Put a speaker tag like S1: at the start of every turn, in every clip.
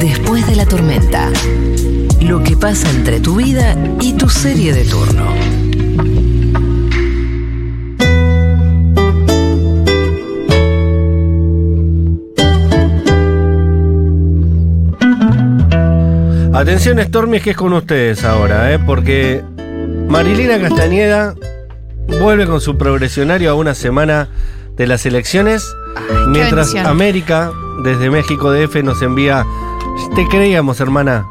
S1: Después de la tormenta. Lo que pasa entre tu vida y tu serie de turno.
S2: Atención Stormy, que es con ustedes ahora, ¿eh? porque Marilina Castañeda vuelve con su progresionario a una semana de las elecciones, mientras
S3: bendición.
S2: América desde México DF nos envía, te creíamos hermana,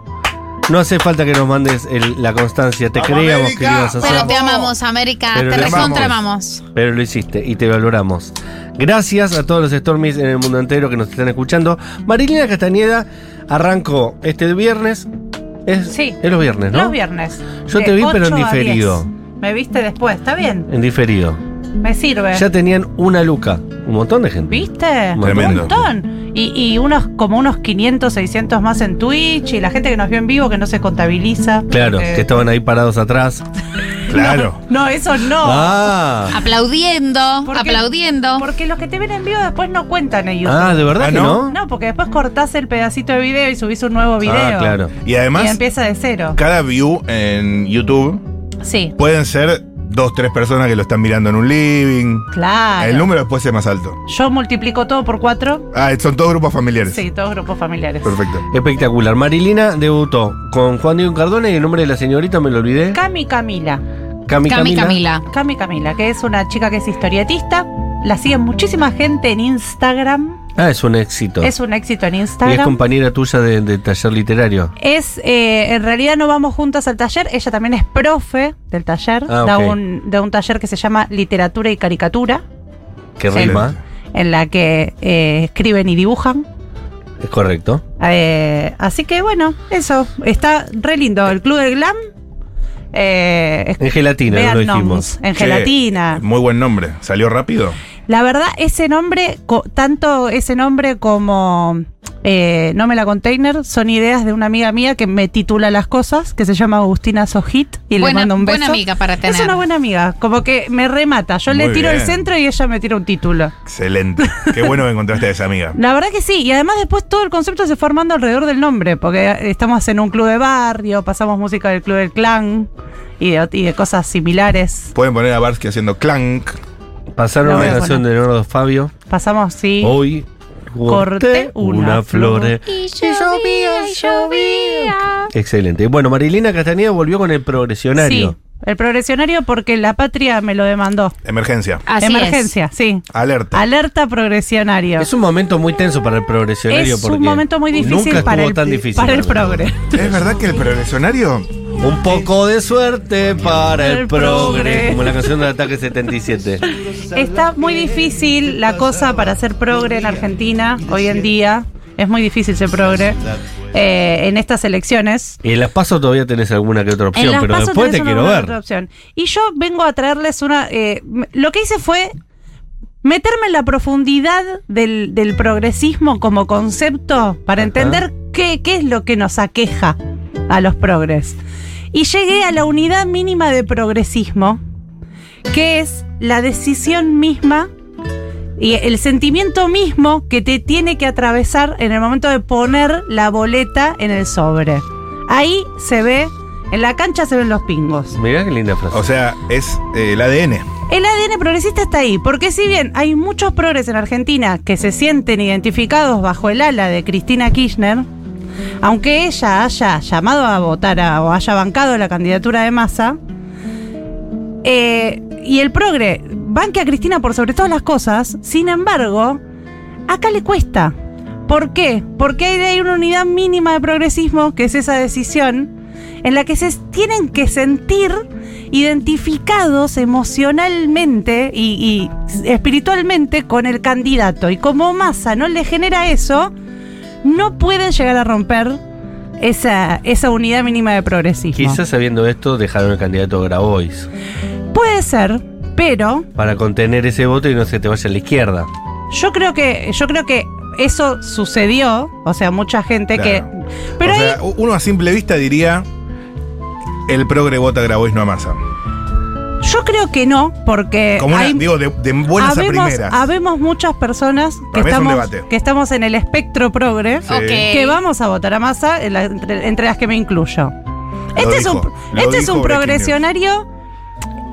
S2: no hace falta que nos mandes el- la constancia, te
S4: ¡Vamos,
S2: creíamos
S4: América!
S2: que lo ibas a hacer,
S3: Pero te amamos, América.
S2: Pero
S3: te
S2: le
S3: recontra amamos.
S2: pero lo hiciste y te valoramos. Gracias a todos los Stormies en el mundo entero que nos están escuchando. Marilina Castañeda arrancó este viernes, es,
S5: Sí.
S2: es los viernes, ¿no?
S5: Los viernes.
S2: Yo
S5: De
S2: te vi, pero en
S5: 8 a
S2: diferido.
S5: 10. Me viste después, está bien.
S2: En diferido.
S5: Me sirve.
S2: Ya tenían una luca. Un montón de gente.
S5: Eh. ¿Viste?
S2: Un Tremendo.
S5: Un montón. Y, y unos, como unos 500, 600 más en Twitch. Y la gente que nos vio en vivo que no se contabiliza.
S2: Claro,
S5: porque-
S2: que estaban ahí parados atrás.
S4: Claro.
S5: No, eso no.
S2: Ah,
S3: Aplaudiendo,
S5: ¿Por qué?
S3: aplaudiendo.
S5: Porque los que te ven en vivo después no cuentan en YouTube.
S2: ah, ¿de verdad
S4: Ah,
S2: que
S4: ¿no?
S2: no?
S5: No, porque después cortás el pedacito de video y subís un nuevo video.
S2: Ah, claro.
S4: Y
S5: Y
S4: además,
S5: empieza de cero.
S4: cada view en YouTube
S5: Sí.
S4: pueden ser dos, tres personas que lo están mirando en un living.
S5: Claro.
S4: El número después es más alto.
S5: Yo multiplico todo por cuatro.
S4: Ah, son todos grupos familiares.
S5: Sí, todos grupos familiares.
S4: Perfecto.
S2: Espectacular. Marilina debutó con Juan Diego Cardona y el nombre de la señorita me lo olvidé.
S5: Cami Camila.
S2: Cami
S3: Cami
S2: Camila.
S3: Camila.
S5: Cami Camila, que es una chica que es historietista. La sigue muchísima gente en Instagram.
S2: Ah, es un éxito.
S5: Es un éxito en
S2: y es
S5: Instagram.
S2: compañera tuya de, de taller literario.
S5: Es, eh, en realidad no vamos juntas al taller, ella también es profe del taller,
S2: Ah,
S5: da
S2: ok.
S5: un, de un taller que se llama Literatura y Caricatura,
S2: Que
S5: Sí.
S2: rima.
S5: en la que eh, escriben y dibujan.
S2: Es correcto.
S5: Eh, así que bueno, eso, está re lindo. El Club del Glam, eh, es-
S2: En gelatina, no
S5: vean
S2: lo
S5: noms,
S2: dijimos.
S4: Che,
S5: en gelatina.
S4: Muy buen nombre. ¿Salió rápido?
S5: La verdad, ese nombre, co- tanto ese nombre como eh, No me la container, son ideas de una amiga mía que me titula las cosas, que se llama Agustina Sojit, y le
S3: Buena,
S5: mando un beso.
S3: buena amiga para tener.
S5: Es una buena amiga, como que me remata. Yo le
S4: Muy
S5: tiro el
S4: bien.
S5: centro y ella me tira un título.
S4: Excelente. Qué bueno que encontraste a esa amiga.
S5: La verdad que sí, y además después todo el concepto se fue armando alrededor del nombre, porque eh, estamos en un club de barrio, pasamos música del club del clan y de, y de cosas similares.
S4: Pueden poner a Barsky haciendo clank.
S2: Pasaron
S5: No,
S2: una
S5: bueno.
S2: canción de Leonardo Fabio.
S5: Pasamos, sí.
S4: Oh,
S2: Hoy
S5: Corté
S2: corté una
S5: una
S2: flor.
S5: flor.
S3: Y llovía, y llovía.
S2: Excelente. Bueno, Marilina Castañeda volvió con el progresionario.
S5: Sí, el progresionario porque la patria me lo demandó.
S4: Emergencia.
S5: Ah.
S3: Así
S5: Emergencia, sí.
S4: Alerta.
S5: Alerta progresionario.
S2: Es un momento muy tenso para el progresionario
S5: Es
S2: porque
S5: un momento muy difícil
S2: nunca
S5: para
S2: estuvo
S5: el,
S2: tan difícil.
S5: para el
S2: la verdad.
S5: progre.
S4: ¿Es verdad que el progresionario?
S2: Un poco de suerte para el,
S5: El
S2: progre.
S5: progre.
S2: Como la canción del ataque 77.
S5: Está muy difícil la cosa para ser progre en Argentina hoy en día. Es muy difícil ser progre eh, en estas elecciones.
S2: Y en las pasos todavía tenés alguna que otra opción,
S5: En las
S2: pero
S5: PASO
S2: después
S5: tenés
S2: te
S5: una
S2: quiero
S5: buena
S2: ver.
S5: otra opción. Y yo vengo a traerles una. eh, m- lo que hice fue meterme en la profundidad del, del progresismo como concepto para
S2: Ajá.
S5: entender qué, qué es lo que nos aqueja a los progres. Y llegué a la unidad mínima de progresismo, que es la decisión misma y el sentimiento mismo que te tiene que atravesar en el momento de poner la boleta en el sobre. Ahí se ve, en la cancha se ven los pingos.
S2: Mirá qué linda frase.
S4: O sea, es eh, el ADN.
S5: El ADN progresista está ahí, porque si bien hay muchos progres en Argentina que se sienten identificados bajo el ala de Cristina Kirchner, aunque ella haya llamado a votar a- o haya bancado la candidatura de Massa, eh, y el progre banque a Cristina por sobre todas las cosas, sin embargo, acá le cuesta. ¿Por qué? Porque hay, hay una unidad mínima de progresismo, que es esa decisión, en la que se tienen que sentir identificados emocionalmente y, y espiritualmente con el candidato. Y como masa no le genera eso, no pueden llegar a romper esa, esa unidad mínima de progresismo.
S2: Quizás sabiendo esto dejaron el candidato Grabois
S5: Puede ser, pero
S2: para contener ese voto y no se te vaya a la izquierda.
S5: yo creo que, yo creo que eso sucedió. O sea, mucha gente
S4: Claro.
S5: que. Pero
S4: o
S5: ahí-
S4: sea, u- uno a simple vista diría: el progre vota Grabois no amasa.
S5: yo creo que no, porque.
S4: Como una,
S5: Eh, hay-
S4: digo, de, de buenas a
S5: habemos,
S4: primeras.
S5: habemos muchas personas que
S4: Para mí es un
S5: estamos,
S4: debate.
S5: que estamos en el espectro progre.
S4: Sí.
S3: Ok.
S5: que vamos a votar a masa entre, entre las que me incluyo. Este es un,
S4: dijo, lo
S5: este es
S4: dijo
S5: un
S4: Breaking
S5: progresionario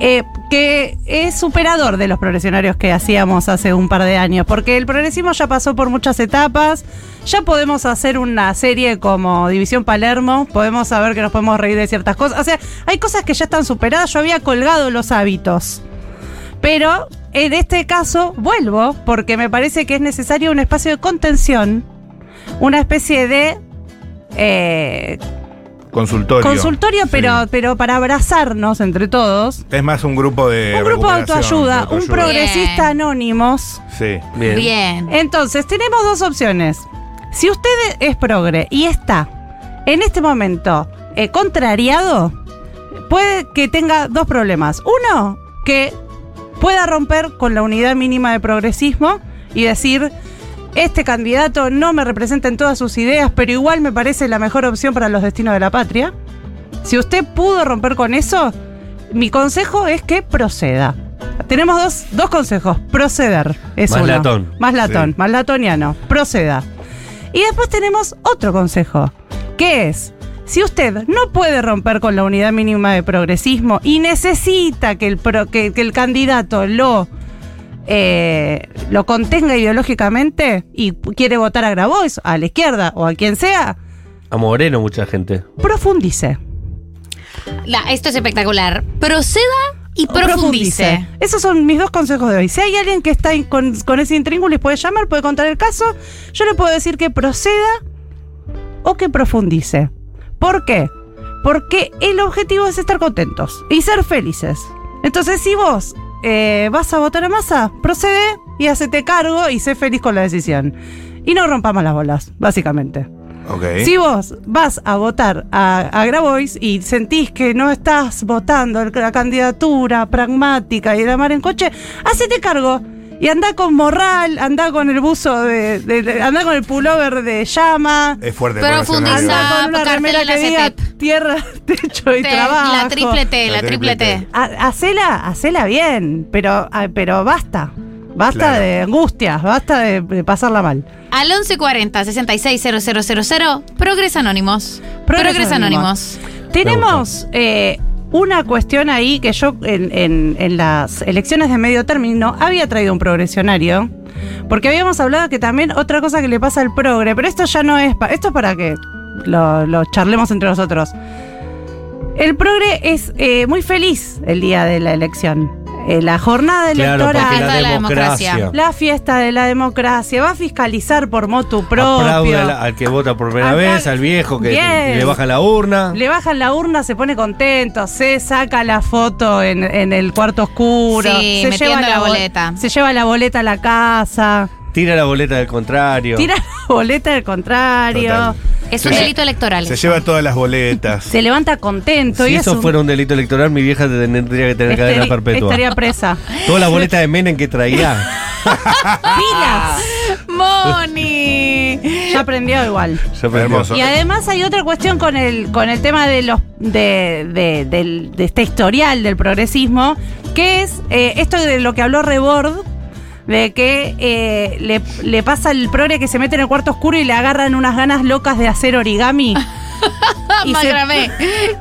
S5: eh, que es superador de los progresionarios que hacíamos hace un par de años, porque el progresismo ya pasó por muchas etapas, ya podemos hacer una serie como División Palermo, podemos saber que nos podemos reír de ciertas cosas, o sea, hay cosas que ya están superadas, yo había colgado los hábitos, pero en este caso vuelvo, porque me parece que es necesario un espacio de contención, una especie de... eh,
S4: Consultorio.
S5: consultorio,
S4: Sí.
S5: pero, pero para abrazarnos entre todos.
S4: Es más un grupo de.
S5: un grupo
S4: Eh,
S5: de
S4: recuperación,
S5: autoayuda,
S4: de
S5: un progresista anónimos.
S4: Sí.
S2: Bien.
S3: Bien.
S5: Entonces, tenemos dos opciones. Si usted es progre y está en este momento eh, contrariado, puede que tenga dos problemas. Uno, que pueda romper con la unidad mínima de progresismo y decir, este candidato no me representa en todas sus ideas, pero igual me parece la mejor opción para los destinos de la patria. Si usted pudo romper con eso, mi consejo es que proceda. Tenemos dos, dos consejos. Proceder es
S2: Más
S5: uno.
S2: latón.
S5: Más latón,
S4: Sí.
S5: más latoniano. Proceda. Y después tenemos otro consejo, que es, si usted no puede romper con la unidad mínima de progresismo y necesita que el, pro- que, que el candidato lo, eh, lo contenga ideológicamente y quiere votar a Grabois, a la izquierda o a quien sea,
S2: A Moreno mucha gente.
S5: profundice.
S3: La- esto es espectacular. Proceda y profundice.
S5: Esos son mis dos consejos de hoy. Si hay alguien que está in- con, con ese intríngulo y puede llamar, puede contar el caso, yo le puedo decir que proceda o que profundice. ¿Por qué? Porque el objetivo es estar contentos y ser felices. Entonces, si vos eh, vas a votar a masa, procede y hacete cargo y sé feliz con la decisión. Y no rompamos las bolas, básicamente.
S4: Ok.
S5: Si vos vas a votar a, a Grabois y sentís que no estás votando el- la candidatura pragmática y de amar en coche, hacete cargo. Y anda con morral, anda con el buzo de, de- de- andá con el pullover de llama,
S4: Es fuerte. el
S3: Profundiza.
S4: progresionario.
S5: andá con una
S3: cartel
S5: remera
S3: de la
S5: que diga
S3: CETEP.
S5: tierra, techo y
S3: Te-
S5: trabajo.
S3: la triple T, la,
S4: La
S3: triple
S4: triple
S3: T.
S4: T.
S5: Ha- Hacela, hacela bien, pero, ah, pero basta. Basta
S4: Claro.
S5: de angustias, basta de, de pasarla mal.
S3: Al 1140 660000 Progres Anónimos. Progres,
S5: Progres
S3: Anónimos.
S5: Tenemos eh, una cuestión ahí que yo en, en- en las elecciones de medio término había traído un progresionario. Porque habíamos hablado que también otra cosa que le pasa al progre, pero esto ya no es pa- esto es para que lo, lo charlemos entre nosotros. El progre es eh, muy feliz el día de la elección. Eh, la jornada
S2: Claro,
S5: electoral,
S2: porque
S3: Toda
S2: la
S3: la democracia.
S2: democracia.
S5: la fiesta de la democracia, va a fiscalizar por motu propio.
S2: Aplaude al, al que vota por primera
S5: Acá-
S2: vez, al viejo que
S5: Bien.
S2: le baja la urna.
S5: Le bajan la urna, se pone contento, se saca la foto en, en el cuarto oscuro.
S3: Sí,
S5: se
S3: metiendo la
S5: bo-
S3: boleta.
S5: Se lleva la boleta a la casa,
S2: Tira la boleta del contrario.
S5: tira la boleta al contrario,
S4: Total.
S3: Es
S4: Se
S3: un
S4: lle-
S3: delito electoral.
S4: Se lleva todas las boletas.
S5: se levanta contento.
S2: si
S5: y
S2: eso
S5: es un-
S2: fuera un delito electoral, mi vieja tendría que tener cadena
S5: estaría-
S2: perpetua.
S5: Estaría presa.
S2: Toda la boleta de Menem que traía.
S3: Ah.
S5: ¡Pilas!
S3: ¡Moni!
S5: Ya aprendió igual.
S2: Yo pensé,
S4: Hermoso.
S5: Y además hay otra cuestión con el, con el tema de los de, de- del- de este historial del progresismo, que es eh, esto de lo que habló Rebord, de que eh, le, le pasa al progre que se mete en el cuarto oscuro y le agarran unas ganas locas de hacer origami. Y se-
S3: Macramé.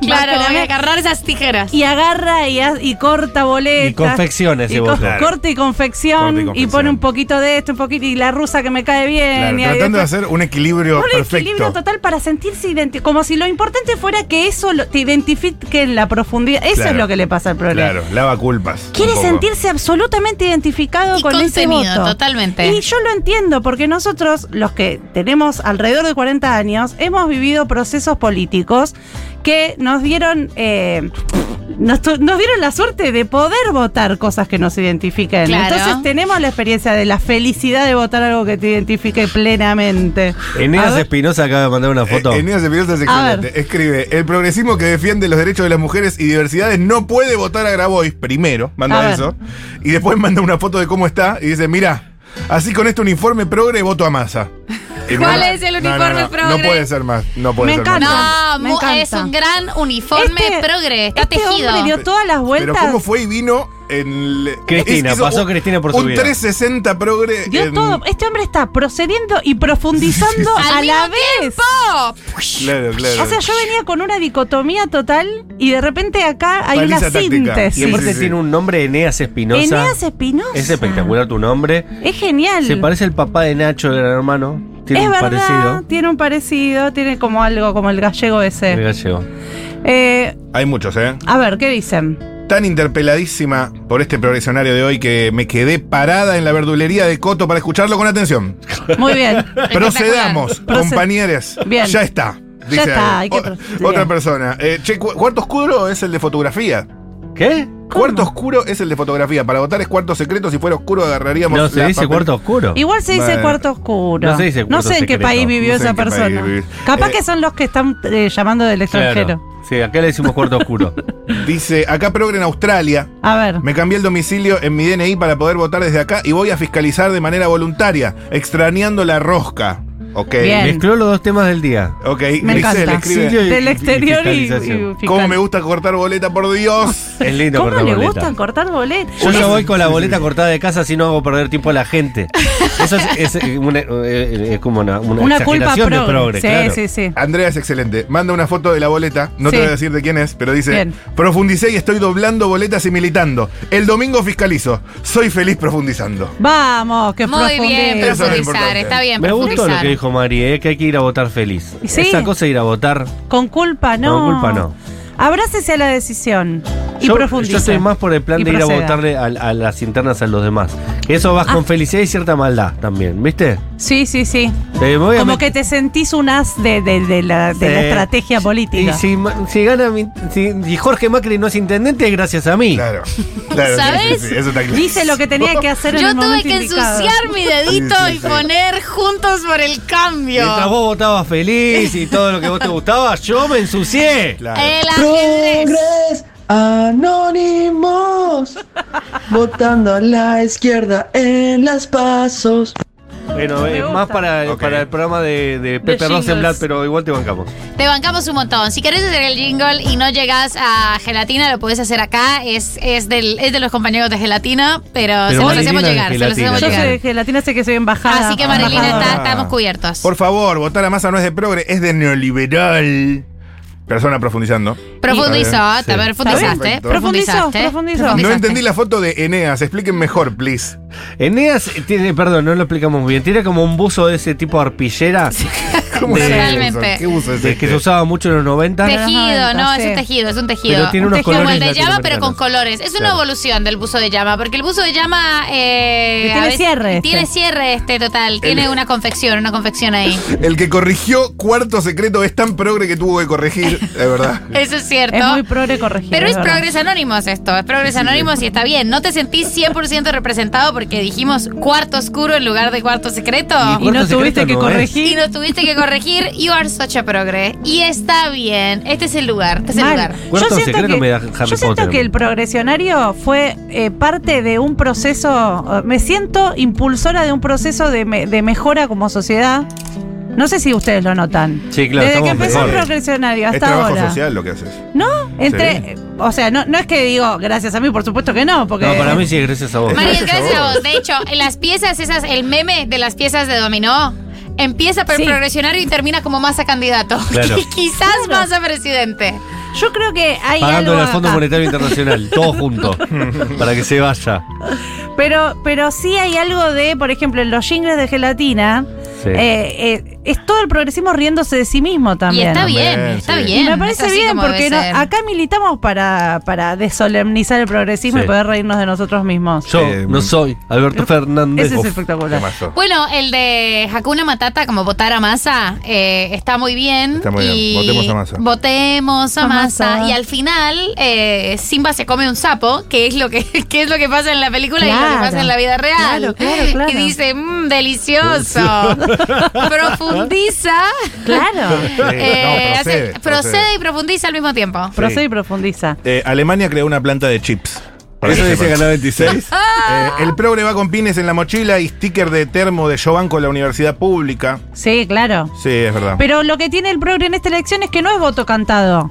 S3: Claro, le voy
S5: Macramé.
S3: a agarrar esas tijeras.
S5: Y agarra y, ha- y corta boletas.
S2: Y eh, confecciona ese
S5: Y co-
S2: voto.
S5: Corta y confección,
S4: Corta y
S5: y
S4: confección.
S5: pone un poquito de esto, un poquito, y la rusa que me cae bien.
S4: Claro,
S5: y ahí
S4: tratando de
S5: después-
S4: hacer un equilibrio
S5: un equilibrio
S4: perfecto.
S5: total para sentirse identi- como si lo importante fuera que eso lo- te identifique en la profundidad. Eso
S4: Claro.
S5: es lo que le pasa al problema.
S4: Claro, lava culpas.
S5: Quiere
S4: un poco.
S5: sentirse absolutamente identificado
S3: Y
S5: con ese
S3: contenido,
S5: voto.
S3: totalmente.
S5: Y yo lo entiendo, porque nosotros, los que tenemos alrededor de 40 años, hemos vivido procesos políticos que nos dieron, eh, nos, tu- nos dieron la suerte de poder votar cosas que nos identifiquen.
S3: Claro.
S5: Entonces tenemos la experiencia de la felicidad de votar algo que te identifique plenamente. A
S2: Eneas
S5: ver.
S2: Espinosa acaba de mandar una foto.
S4: Eh, Eneas Espinosa es
S5: A
S4: excelente. Escribe: El progresismo que defiende los derechos de las mujeres y diversidades no puede votar a Grabois. Primero,
S5: A
S4: manda
S5: ver.
S4: eso. Y después manda una foto de cómo está y dice: Mira, así con este uniforme progre voto a masa.
S3: ¿Cuál es el uniforme
S4: No
S3: progre?
S4: puede ser más. No puede
S5: Me
S4: ser
S5: encanta.
S4: más.
S3: No,
S5: Me
S3: mu-
S5: encanta.
S3: es un gran uniforme progre, está
S5: este
S3: tejido.
S5: hombre dio todas las
S4: Pero
S5: vueltas.
S4: cómo fue y vino en. el-
S2: Cristina,
S4: hizo
S2: pasó
S4: un-
S2: Cristina por su
S4: Un
S2: vida.
S4: 360 progre.
S5: Dio
S4: en-
S5: todo. Este hombre está procediendo y profundizando
S3: Al
S5: a la
S3: mismo
S5: vez.
S3: ¡Oh!
S4: Claro, claro.
S5: O sea, yo venía con una dicotomía total y de repente acá hay
S4: Paliza
S5: una
S4: táctica.
S2: Y
S5: síntesis.
S2: aparte
S4: Sí, sí, sí.
S2: tiene un nombre Eneas Espinosa.
S5: Eneas Espinosa.
S2: Es espectacular tu nombre.
S5: Es genial.
S2: Se parece al papá de Nacho, el gran hermano. Tiene
S5: es
S2: un
S5: verdad,
S2: parecido.
S5: tiene un parecido, tiene como algo como el gallego
S2: El
S5: ese.
S2: gallego.
S5: Eh,
S4: Hay muchos, ¿eh?
S5: a ver, ¿qué dicen?
S4: tan interpeladísima por este progresionario de hoy que me quedé parada en la verdulería de Coto para escucharlo con atención.
S5: Muy bien.
S4: Procedamos,
S5: Proced-
S4: compañeros.
S5: Bien.
S4: Ya está.
S5: Ya está, hay que
S4: O-
S5: proceder.
S4: otra persona. Eh, che, cu- cuarto oscuro es el de fotografía.
S2: ¿Qué?
S4: Cuarto oscuro es el de fotografía. Para votar es cuarto secreto. Si fuera oscuro, agarraríamos.
S2: No, se
S4: la
S2: dice
S4: papel-
S2: cuarto oscuro.
S5: Igual se dice
S4: Bueno.
S5: cuarto oscuro.
S2: No se dice
S5: No
S2: cuarto
S5: sé en qué
S2: secreto.
S5: país vivió
S4: No sé
S5: esa
S4: en qué país
S5: persona.
S4: vivió.
S5: Capaz
S4: Eh,
S5: que son los que están eh, llamando del extranjero.
S2: Claro. Sí, acá le decimos cuarto oscuro.
S4: Dice: Acá progre en Australia.
S5: A ver.
S4: Me cambié el domicilio en mi DNI para poder votar desde acá y voy a fiscalizar de manera voluntaria, extrañando la rosca. Ok.
S5: Bien.
S2: Mezcló los dos temas del día.
S4: Ok, Grisel
S5: Me encanta.
S4: escribe.
S2: Silvio y-
S5: Del
S2: y
S5: exterior y, y
S2: fiscalización.
S5: fiscal.
S4: ¿Cómo me gusta cortar boleta, por Dios?
S2: Es lindo
S5: ¿Cómo
S2: cortar
S5: le
S2: boleta.
S5: gustan cortar boletos?
S2: Yo ya
S5: Es-
S2: voy con la
S4: Sí, sí,
S2: boleta
S4: sí.
S2: cortada de casa si no hago perder tiempo a la gente. Eso es, es una- eh, es como una, una,
S5: Una culpa
S2: exageración de
S5: progre.
S2: progre,
S5: sí,
S2: claro.
S5: sí, sí.
S4: Andrea es excelente. Manda una foto de la boleta. No
S5: Sí.
S4: te voy a decir de quién es, pero dice:
S5: Bien.
S4: Profundicé y estoy doblando boletas y militando. El domingo fiscalizo. Soy feliz profundizando.
S5: Vamos, que
S3: Muy bien,
S4: Eso
S5: profundiza.
S4: es lo
S3: profundizar,
S4: importante.
S3: está bien,
S2: Me gustó lo
S3: profundizar.
S2: que dijo Mari, eh, que hay que ir a votar feliz.
S5: Sí.
S2: Esa cosa de ir a votar,
S5: Con culpa no.
S2: Con culpa no.
S5: Abrácese a la decisión y
S2: yo,
S5: profundice.
S2: yo soy más por el plan
S5: Y
S2: de ir a
S5: proceda.
S2: votarle a, a las internas a los demás. Eso
S5: Ah.
S2: vas con felicidad y cierta maldad también, ¿viste?
S5: Sí, sí, sí.
S2: Eh, me voy a
S5: Como
S2: met-
S5: que te sentís un as de, de- de la, de la
S2: Eh,
S5: estrategia
S2: Y
S5: política.
S2: si, ma- si gana mi- si, si Jorge Macri no es intendente, es gracias a mí.
S4: Claro. claro sí,
S3: ¿Sabes?
S4: sí, sí, eso está claro.
S5: Dice lo que tenía que hacer en
S3: Yo
S5: el
S3: tuve
S5: momento
S3: que
S5: indicado.
S3: ensuciar mi dedito
S4: Sí, sí,
S3: y
S4: sí.
S3: poner juntos por el cambio.
S2: Mientras vos votabas feliz y todo lo que vos te gustaba, yo me ensucié.
S4: Claro.
S3: El ajedrez.
S6: Progres anónimos, votando a la izquierda en las pasos.
S2: Bueno,
S5: Me
S2: es
S5: gusta.
S2: más para, el-
S4: Ok.
S2: para el programa de, de Pepe
S3: jingles.
S2: Rosenblatt, pero igual te bancamos.
S3: Te bancamos un montón. Si querés hacer el jingle y no llegás a gelatina, lo podés hacer acá. Es, es, del, es de los compañeros de gelatina, pero,
S2: Pero
S3: se los
S2: Marilina
S3: hacemos
S2: de
S3: llegar. Se los
S2: Gelatina.
S3: hacemos
S5: Yo
S3: llegar.
S5: soy gelatina, sé que soy embajada.
S3: Así que Marilina,
S5: Embajadora.
S3: está- estamos cubiertos.
S4: Por favor, votar a masa no es de progre, es de neoliberal. Persona profundizando.
S3: Profundizó,
S4: Está bien,
S3: te
S4: sí.
S3: profundizaste.
S4: Perfecto.
S5: Profundizó,
S3: Profundizaste.
S5: profundizó.
S4: No
S5: Profundizaste.
S4: entendí la foto de Eneas. Expliquen mejor, please.
S2: Eneas tiene, perdón, no lo explicamos muy bien, tiene como un buzo de ese tipo arpillera
S4: ¿Cómo es eso?
S3: Totalmente.
S4: ¿Qué uso es
S2: de- que
S4: este?
S2: se usaba mucho en los 90.
S5: Te-
S3: Tejido, no, es
S5: Sí.
S3: un tejido, es un tejido.
S2: Pero tiene unos
S3: Un tejido. Como el de
S2: colores
S3: llama, pero con
S2: latinoamericanos.
S3: colores. Es una
S2: Claro.
S3: evolución del buzo de llama, porque el buzo de llama. eh,
S5: Que tiene
S3: a veces-
S5: cierre este.
S3: Tiene cierre este, total. Tiene una confección, una confección ahí.
S4: El que corrigió cuarto secreto es tan progre que tuvo que corregir, de verdad.
S3: Eso es cierto.
S5: Es muy progre corregido.
S3: Pero es
S5: verdad.
S3: Progres Anónimos esto, es Progres Anónimos y está bien. No te sentís 100% representado porque dijimos cuarto oscuro en lugar de cuarto secreto.
S5: Y no
S2: Corto
S5: tuviste
S2: secreto
S5: que
S2: no es.
S3: Y
S5: corregir.
S3: no tuviste que corregir, you are such a progre. Y está bien, este es el lugar, este es el
S5: Mal.
S3: lugar.
S5: Yo
S2: Cuarto
S5: siento,
S2: secreto
S5: que,
S2: me da Harry
S5: yo siento
S2: Potter.
S5: que el progresionario fue eh, parte de un proceso, eh, me siento impulsora de un proceso de, me- de mejora como sociedad. No sé si ustedes lo notan.
S2: Sí, claro,
S5: Desde que
S2: estamos
S5: empezó el
S2: mejor.
S5: progresionario
S4: Es
S5: hasta
S4: trabajo
S5: ahora.
S4: social lo que haces.
S5: ¿No? Entre, O sea, no, no es que digo gracias a mí, por supuesto que no, porque
S2: No, para mí sí es gracias a vos.
S3: Mari, es
S4: Gracias a
S3: gracias a
S4: vos.
S3: vos. De hecho, en las piezas esas, el meme de las piezas de dominó. Empieza por
S5: Sí.
S3: el progresionario y termina como masa candidato.
S2: Claro.
S3: Y quizás más a presidente.
S5: yo creo que hay
S2: Pagándole
S5: algo
S2: al Fondo
S5: acá.
S2: Monetario Internacional, todo junto, para que se vaya.
S5: Pero, pero sí hay algo de, por ejemplo, en los jingles de gelatina,
S2: Sí.
S5: Eh, eh, es todo el progresismo riéndose de sí mismo
S3: Y
S5: también.
S3: está
S4: hombre,
S3: bien, está
S4: sí.
S5: Y
S3: bien.
S5: me
S3: es
S5: parece
S3: así
S5: bien
S3: como debe
S5: porque no-
S3: ser.
S5: acá militamos para, para desolemnizar el progresismo
S2: Sí.
S5: y poder reírnos de nosotros mismos.
S2: Yo
S4: Eh,
S2: no soy Alberto Fernández.
S5: Ese es
S2: Uf.
S5: espectacular.
S4: Temazo.
S3: Bueno, el de Hakuna Matata, como votar a Massa, eh, está muy bien.
S4: Está muy bien.
S3: Y
S4: Votemos a Massa.
S3: Votemos a
S5: A
S3: Massa.
S5: Massa.
S3: Y al final, eh, Simba se come un sapo, que es lo que, que es lo que pasa en la película y lo que
S5: Claro.
S3: pasa en la vida real.
S5: Claro, claro, claro.
S3: Y dice, mmm, delicioso. profundiza.
S5: Claro.
S4: Sí, no,
S3: Eh, hace-
S4: procede,
S3: procede,
S4: procede.
S3: y profundiza al mismo tiempo.
S5: Procede y profundiza.
S4: Eh, Alemania creó una planta de chips. Para
S2: Eso
S4: que
S2: dice
S4: sepan.
S2: Canal 26.
S4: Eh, el progre va con pines en la mochila y sticker de termo de Yo Banco en la universidad pública.
S5: Sí, claro.
S4: Sí, es verdad.
S5: Pero lo que tiene el progre en esta elección es que no es voto cantado.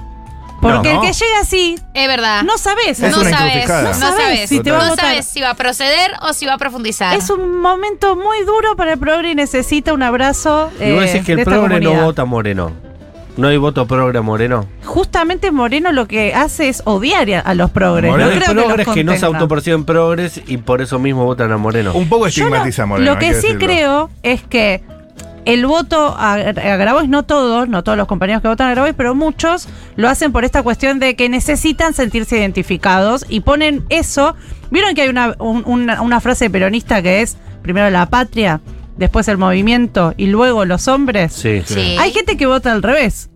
S5: Porque
S4: No.
S5: el que llega así,
S3: Es verdad.
S5: no sabes.
S4: Es
S3: Ah. no
S4: una
S3: sabes,
S4: encrucijada.
S3: no
S5: No sabes
S3: sabes,
S5: si
S4: te va a
S3: no
S5: votar.
S3: sabes si va a proceder o si va a profundizar.
S5: Es un momento muy duro para el progre y necesita un abrazo.
S2: Y vos
S5: eh,
S2: decís que el
S5: de esta
S2: progre no
S5: comunidad.
S2: vota Moreno. No hay voto progre a Moreno.
S5: Justamente Moreno lo que hace es odiar a- a los progres.
S4: Moreno
S5: no
S2: hay
S5: creo que,
S2: progres
S5: los
S2: que no se
S5: contenga.
S2: autoperciben progres y por eso mismo votan a Moreno.
S4: Un poco
S5: Yo no-
S4: estigmatiza Moreno.
S5: Lo que
S4: hay
S5: sí
S4: decirlo.
S5: creo es que el voto a, a Grabois, no todos, no todos los compañeros que votan a Grabois, pero muchos lo hacen por esta cuestión de que necesitan sentirse identificados y ponen eso. ¿Vieron que hay una, un- una, una frase peronista que es primero la patria, después el movimiento y luego los hombres?
S2: Sí.
S3: Sí.
S5: Hay gente que vota al revés.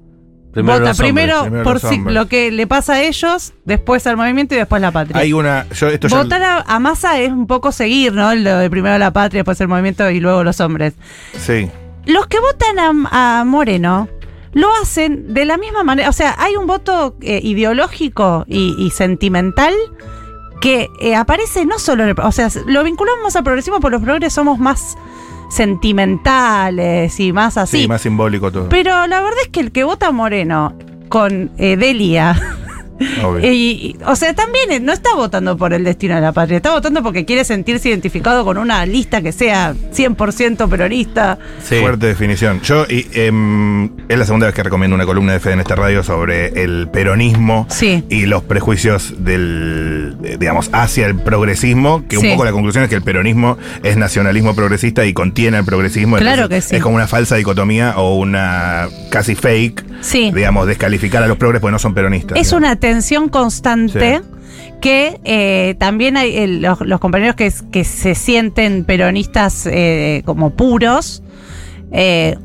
S5: vota
S2: los hombres.
S5: primero,
S4: primero
S5: por
S4: los
S5: si-
S4: hombres.
S5: lo que le pasa a ellos, después al movimiento y después la patria.
S4: Hay una. Yo, esto ya-
S5: Votar a, a masa es un poco seguir, ¿no? Lo de primero la patria, después el movimiento y luego los hombres.
S4: Sí.
S5: Los que votan a, a Moreno lo hacen de la misma manera. O sea, hay un voto eh, ideológico y, y sentimental que eh, aparece no solo en el. O sea, lo vinculamos al progresismo porque los progres somos más sentimentales y más así.
S4: Sí, más simbólico todo.
S5: Pero la verdad es que el que vota a Moreno con eh, Delia.
S4: obvio.
S5: Y, y- o sea, también eh, no está votando por el destino de la patria, está votando porque quiere sentirse identificado con una lista que sea 100% peronista.
S2: Sí.
S4: Fuerte definición. Yo, y, em, es la segunda vez que recomiendo una columna de Fede en esta radio sobre el peronismo
S5: Sí.
S4: y los prejuicios del, eh, digamos, hacia el progresismo, que
S5: Sí.
S4: un poco la conclusión es que el peronismo es nacionalismo progresista y contiene al progresismo.
S5: Claro
S4: entonces
S5: que sí.
S4: Es como una falsa dicotomía o una casi fake,
S5: Sí.
S4: digamos, descalificar a los progres porque no son peronistas.
S5: Es
S4: digamos.
S5: una tensión constante que eh, también hay eh, los, los compañeros que, s- que se sienten peronistas eh, como puros. eh,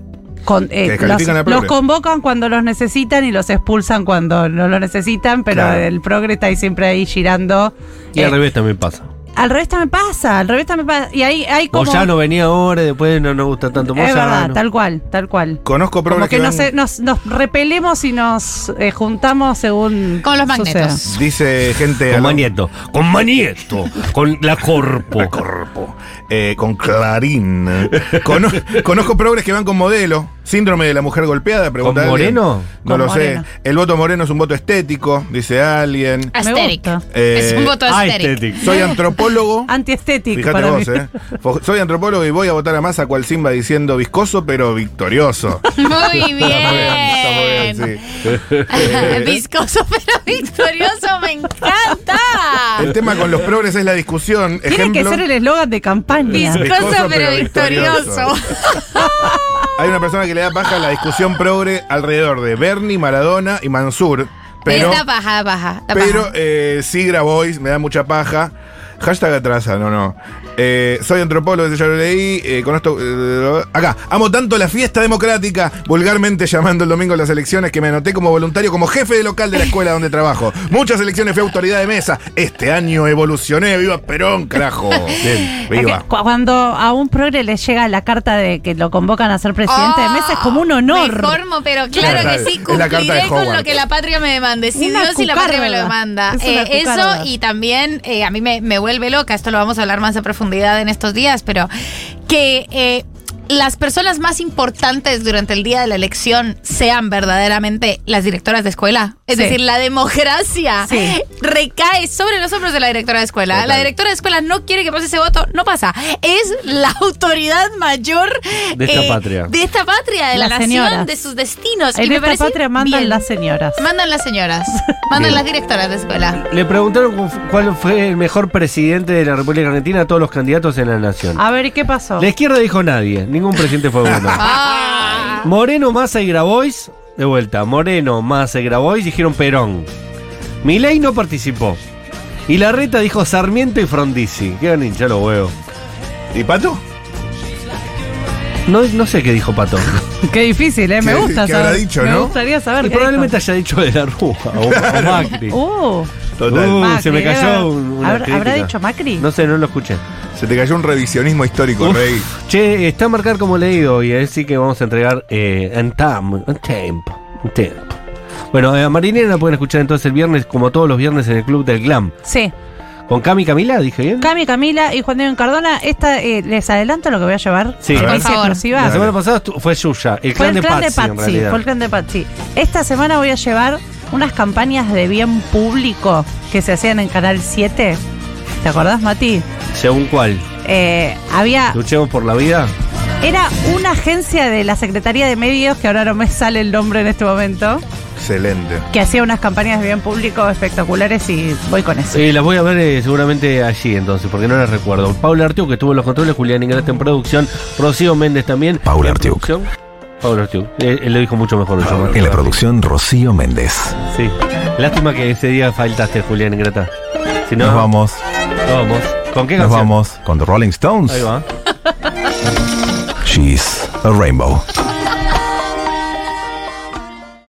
S5: con, eh,
S4: Que
S5: los,
S4: descalifican al
S5: los
S4: progre.
S5: convocan cuando los necesitan y los expulsan cuando no lo necesitan, pero
S4: Claro.
S5: el progre está ahí siempre ahí girando.
S2: Y al
S5: eh,
S2: revés también pasa.
S5: Al revés también pasa, al revés también pasa. Y ahí hay como.
S2: Moyano venía ahora, después no nos gusta tanto
S5: es
S2: Moyano.
S5: verdad, tal cual, tal cual.
S4: Conozco progres
S5: Como que
S4: que
S5: nos,
S4: van-
S5: eh, nos, nos repelemos y nos eh, juntamos según.
S3: Con los
S5: suceda.
S3: magnetos.
S4: Dice gente. a
S2: Con
S4: lo-
S2: Manieto. Con Manieto. con la Corpo.
S4: Al corpo. Eh, con Clarín. Cono- conozco progres que van con modelo. Síndrome de la mujer golpeada, pregunta
S2: ¿Con
S4: alguien.
S2: Moreno?
S4: No
S5: Con
S4: lo
S5: Moreno.
S4: sé. El voto moreno es un voto estético, dice alguien.
S3: Aesthetic.
S5: Me gusta.
S3: es
S4: Eh,
S3: un voto
S2: Ah,
S3: aesthetic.
S2: estético.
S4: Soy antropólogo.
S5: Antiestético
S4: Fíjate
S5: eh, para
S4: vos,
S5: mí.
S4: eh. Fo- Soy antropólogo y voy a votar a Massa cual Simba diciendo viscoso pero victorioso.
S3: Muy
S4: Está muy
S3: bien.
S4: bien, sí.
S3: Viscoso pero victorioso, me encanta.
S4: El tema con los progres es la discusión.
S5: Tiene que
S4: Ejemplo,
S5: ser el eslogan de campaña.
S4: Sí.
S3: Viscoso pero victorioso.
S4: hay una persona que le da paja a la discusión progre alrededor de Bernie, Maradona y Mansur. Pero
S3: es la paja, la paja. la
S4: Pero
S3: paja.
S4: eh, sí, Grabois, me da mucha paja. Hashtag atrasa, no, no. Eh, soy antropólogo, ese ya lo leí. eh, con esto. eh, acá, amo tanto la fiesta democrática, vulgarmente llamando el domingo a las elecciones, que me anoté como voluntario, como jefe de local de la escuela donde trabajo. Muchas elecciones fui autoridad de mesa. Este año evolucioné, viva Perón, carajo. Bien,
S5: Es que
S4: viva.
S5: cu- Cuando a un progre le llega la carta de que lo convocan a ser presidente de mesa es como un honor.
S3: Me informo, pero claro que
S4: Claro,
S3: sí,
S4: es la carta de
S3: cumpliré con
S4: Howard.
S3: lo que la patria me demande. Si
S5: Una
S3: Dios y la patria me lo
S5: cucaracha.
S3: demanda.
S5: Es una
S3: Eh, eso
S5: cucaracha.
S3: y también eh, a mí me, me vuelve loca, esto lo vamos a hablar más a profundidad en estos días, pero que eh, las personas más importantes durante el día de la elección sean verdaderamente las directoras de escuela. Es
S5: Sí.
S3: decir, la democracia
S5: Sí.
S3: recae sobre los hombros de la directora de escuela.
S4: Total.
S3: La directora de escuela no quiere que pase ese voto, no pasa. Es la autoridad mayor
S2: De esta patria.
S3: Eh, De esta patria, de la,
S5: Las
S3: nación,
S5: señoras.
S3: de sus destinos.
S5: En
S3: me
S5: esta
S3: parece
S5: patria mandan
S3: bien.
S5: las señoras.
S3: Mandan las señoras. Mandan
S2: Bien.
S3: las directoras de escuela.
S2: Le preguntaron cu- cuál fue
S5: Ah,
S2: el mejor presidente de la República Argentina a todos los candidatos en la nación.
S5: A ver, ¿qué pasó?
S2: La izquierda dijo nadie, Ningún presidente fue bueno.
S3: Ah,
S2: Moreno, Massa y Grabois, de vuelta, Moreno, Massa y Grabois dijeron Perón. Milei no participó. Y la reta dijo Sarmiento y Frondizi. Quedan hinchar los huevos.
S4: ¿Y Pato?
S2: No, no sé qué dijo Pato.
S5: Qué difícil, ¿eh? Me
S4: ¿Qué-
S5: gusta
S4: qué
S5: saber.
S4: habrá dicho,
S5: me
S4: no?
S5: gustaría saber.
S2: Y
S5: qué
S2: probablemente haya dicho de la Rúa o, o Macri.
S5: dijo. Uh,
S4: Total.
S2: Uh,
S5: Macri,
S2: se me cayó
S5: ¿eh?
S2: un- una
S5: ¿Habrá,
S2: crítica.
S5: habrá dicho Macri?
S2: No sé, no lo escuché.
S4: Se te cayó un revisionismo histórico,
S2: Uf.
S4: Rey.
S2: Che, está a marcar como leído y así que vamos a entregar eh, en tam, en tiempo, en tiempo. Bueno, eh, a Marinera la pueden escuchar entonces el viernes, como todos los viernes, en el Club del Glam.
S5: Sí.
S2: Con Cami Camila, dije bien.
S5: Cami, Camila y Juan Diego Cardona. Esta, eh, les adelanto lo que voy a llevar.
S2: Sí.
S5: Noticia
S2: Por
S3: favor.
S5: exclusiva.
S2: La semana pasada estu- fue Yuya, el
S5: Fue
S2: clan,
S5: el
S2: de,
S5: clan
S2: Patsy, en realidad.
S5: fue el clan de Patsy. Esta semana voy a llevar unas campañas de bien público que se hacían en Canal 7. ¿Te acordás, Mati?
S2: Según cuál,
S5: Eh, había,
S2: luchemos por la vida.
S5: era una agencia de la Secretaría de Medios, que ahora no me sale el nombre en este momento,
S4: Excelente.
S5: que hacía unas campañas de bien público espectaculares y voy con eso.
S2: Eh, las voy a ver eh, seguramente allí entonces, porque no las recuerdo. Paula Artiuk, que tuvo los controles, Julián Ingrata en producción, Rocío Méndez también.
S7: Paula
S2: en
S7: Artiuk.
S2: producción. Paula Artiuk, Eh, él lo dijo mucho mejor. yo creo.
S7: En la producción, Rocío Méndez.
S2: Sí. Lástima que ese día faltaste, Julián Ingrata. Si no,
S7: Nos vamos,
S2: nos vamos. ¿Con qué
S7: nos
S2: canción?
S7: vamos con The Rolling Stones.
S2: Ahí va.
S7: She's a Rainbow.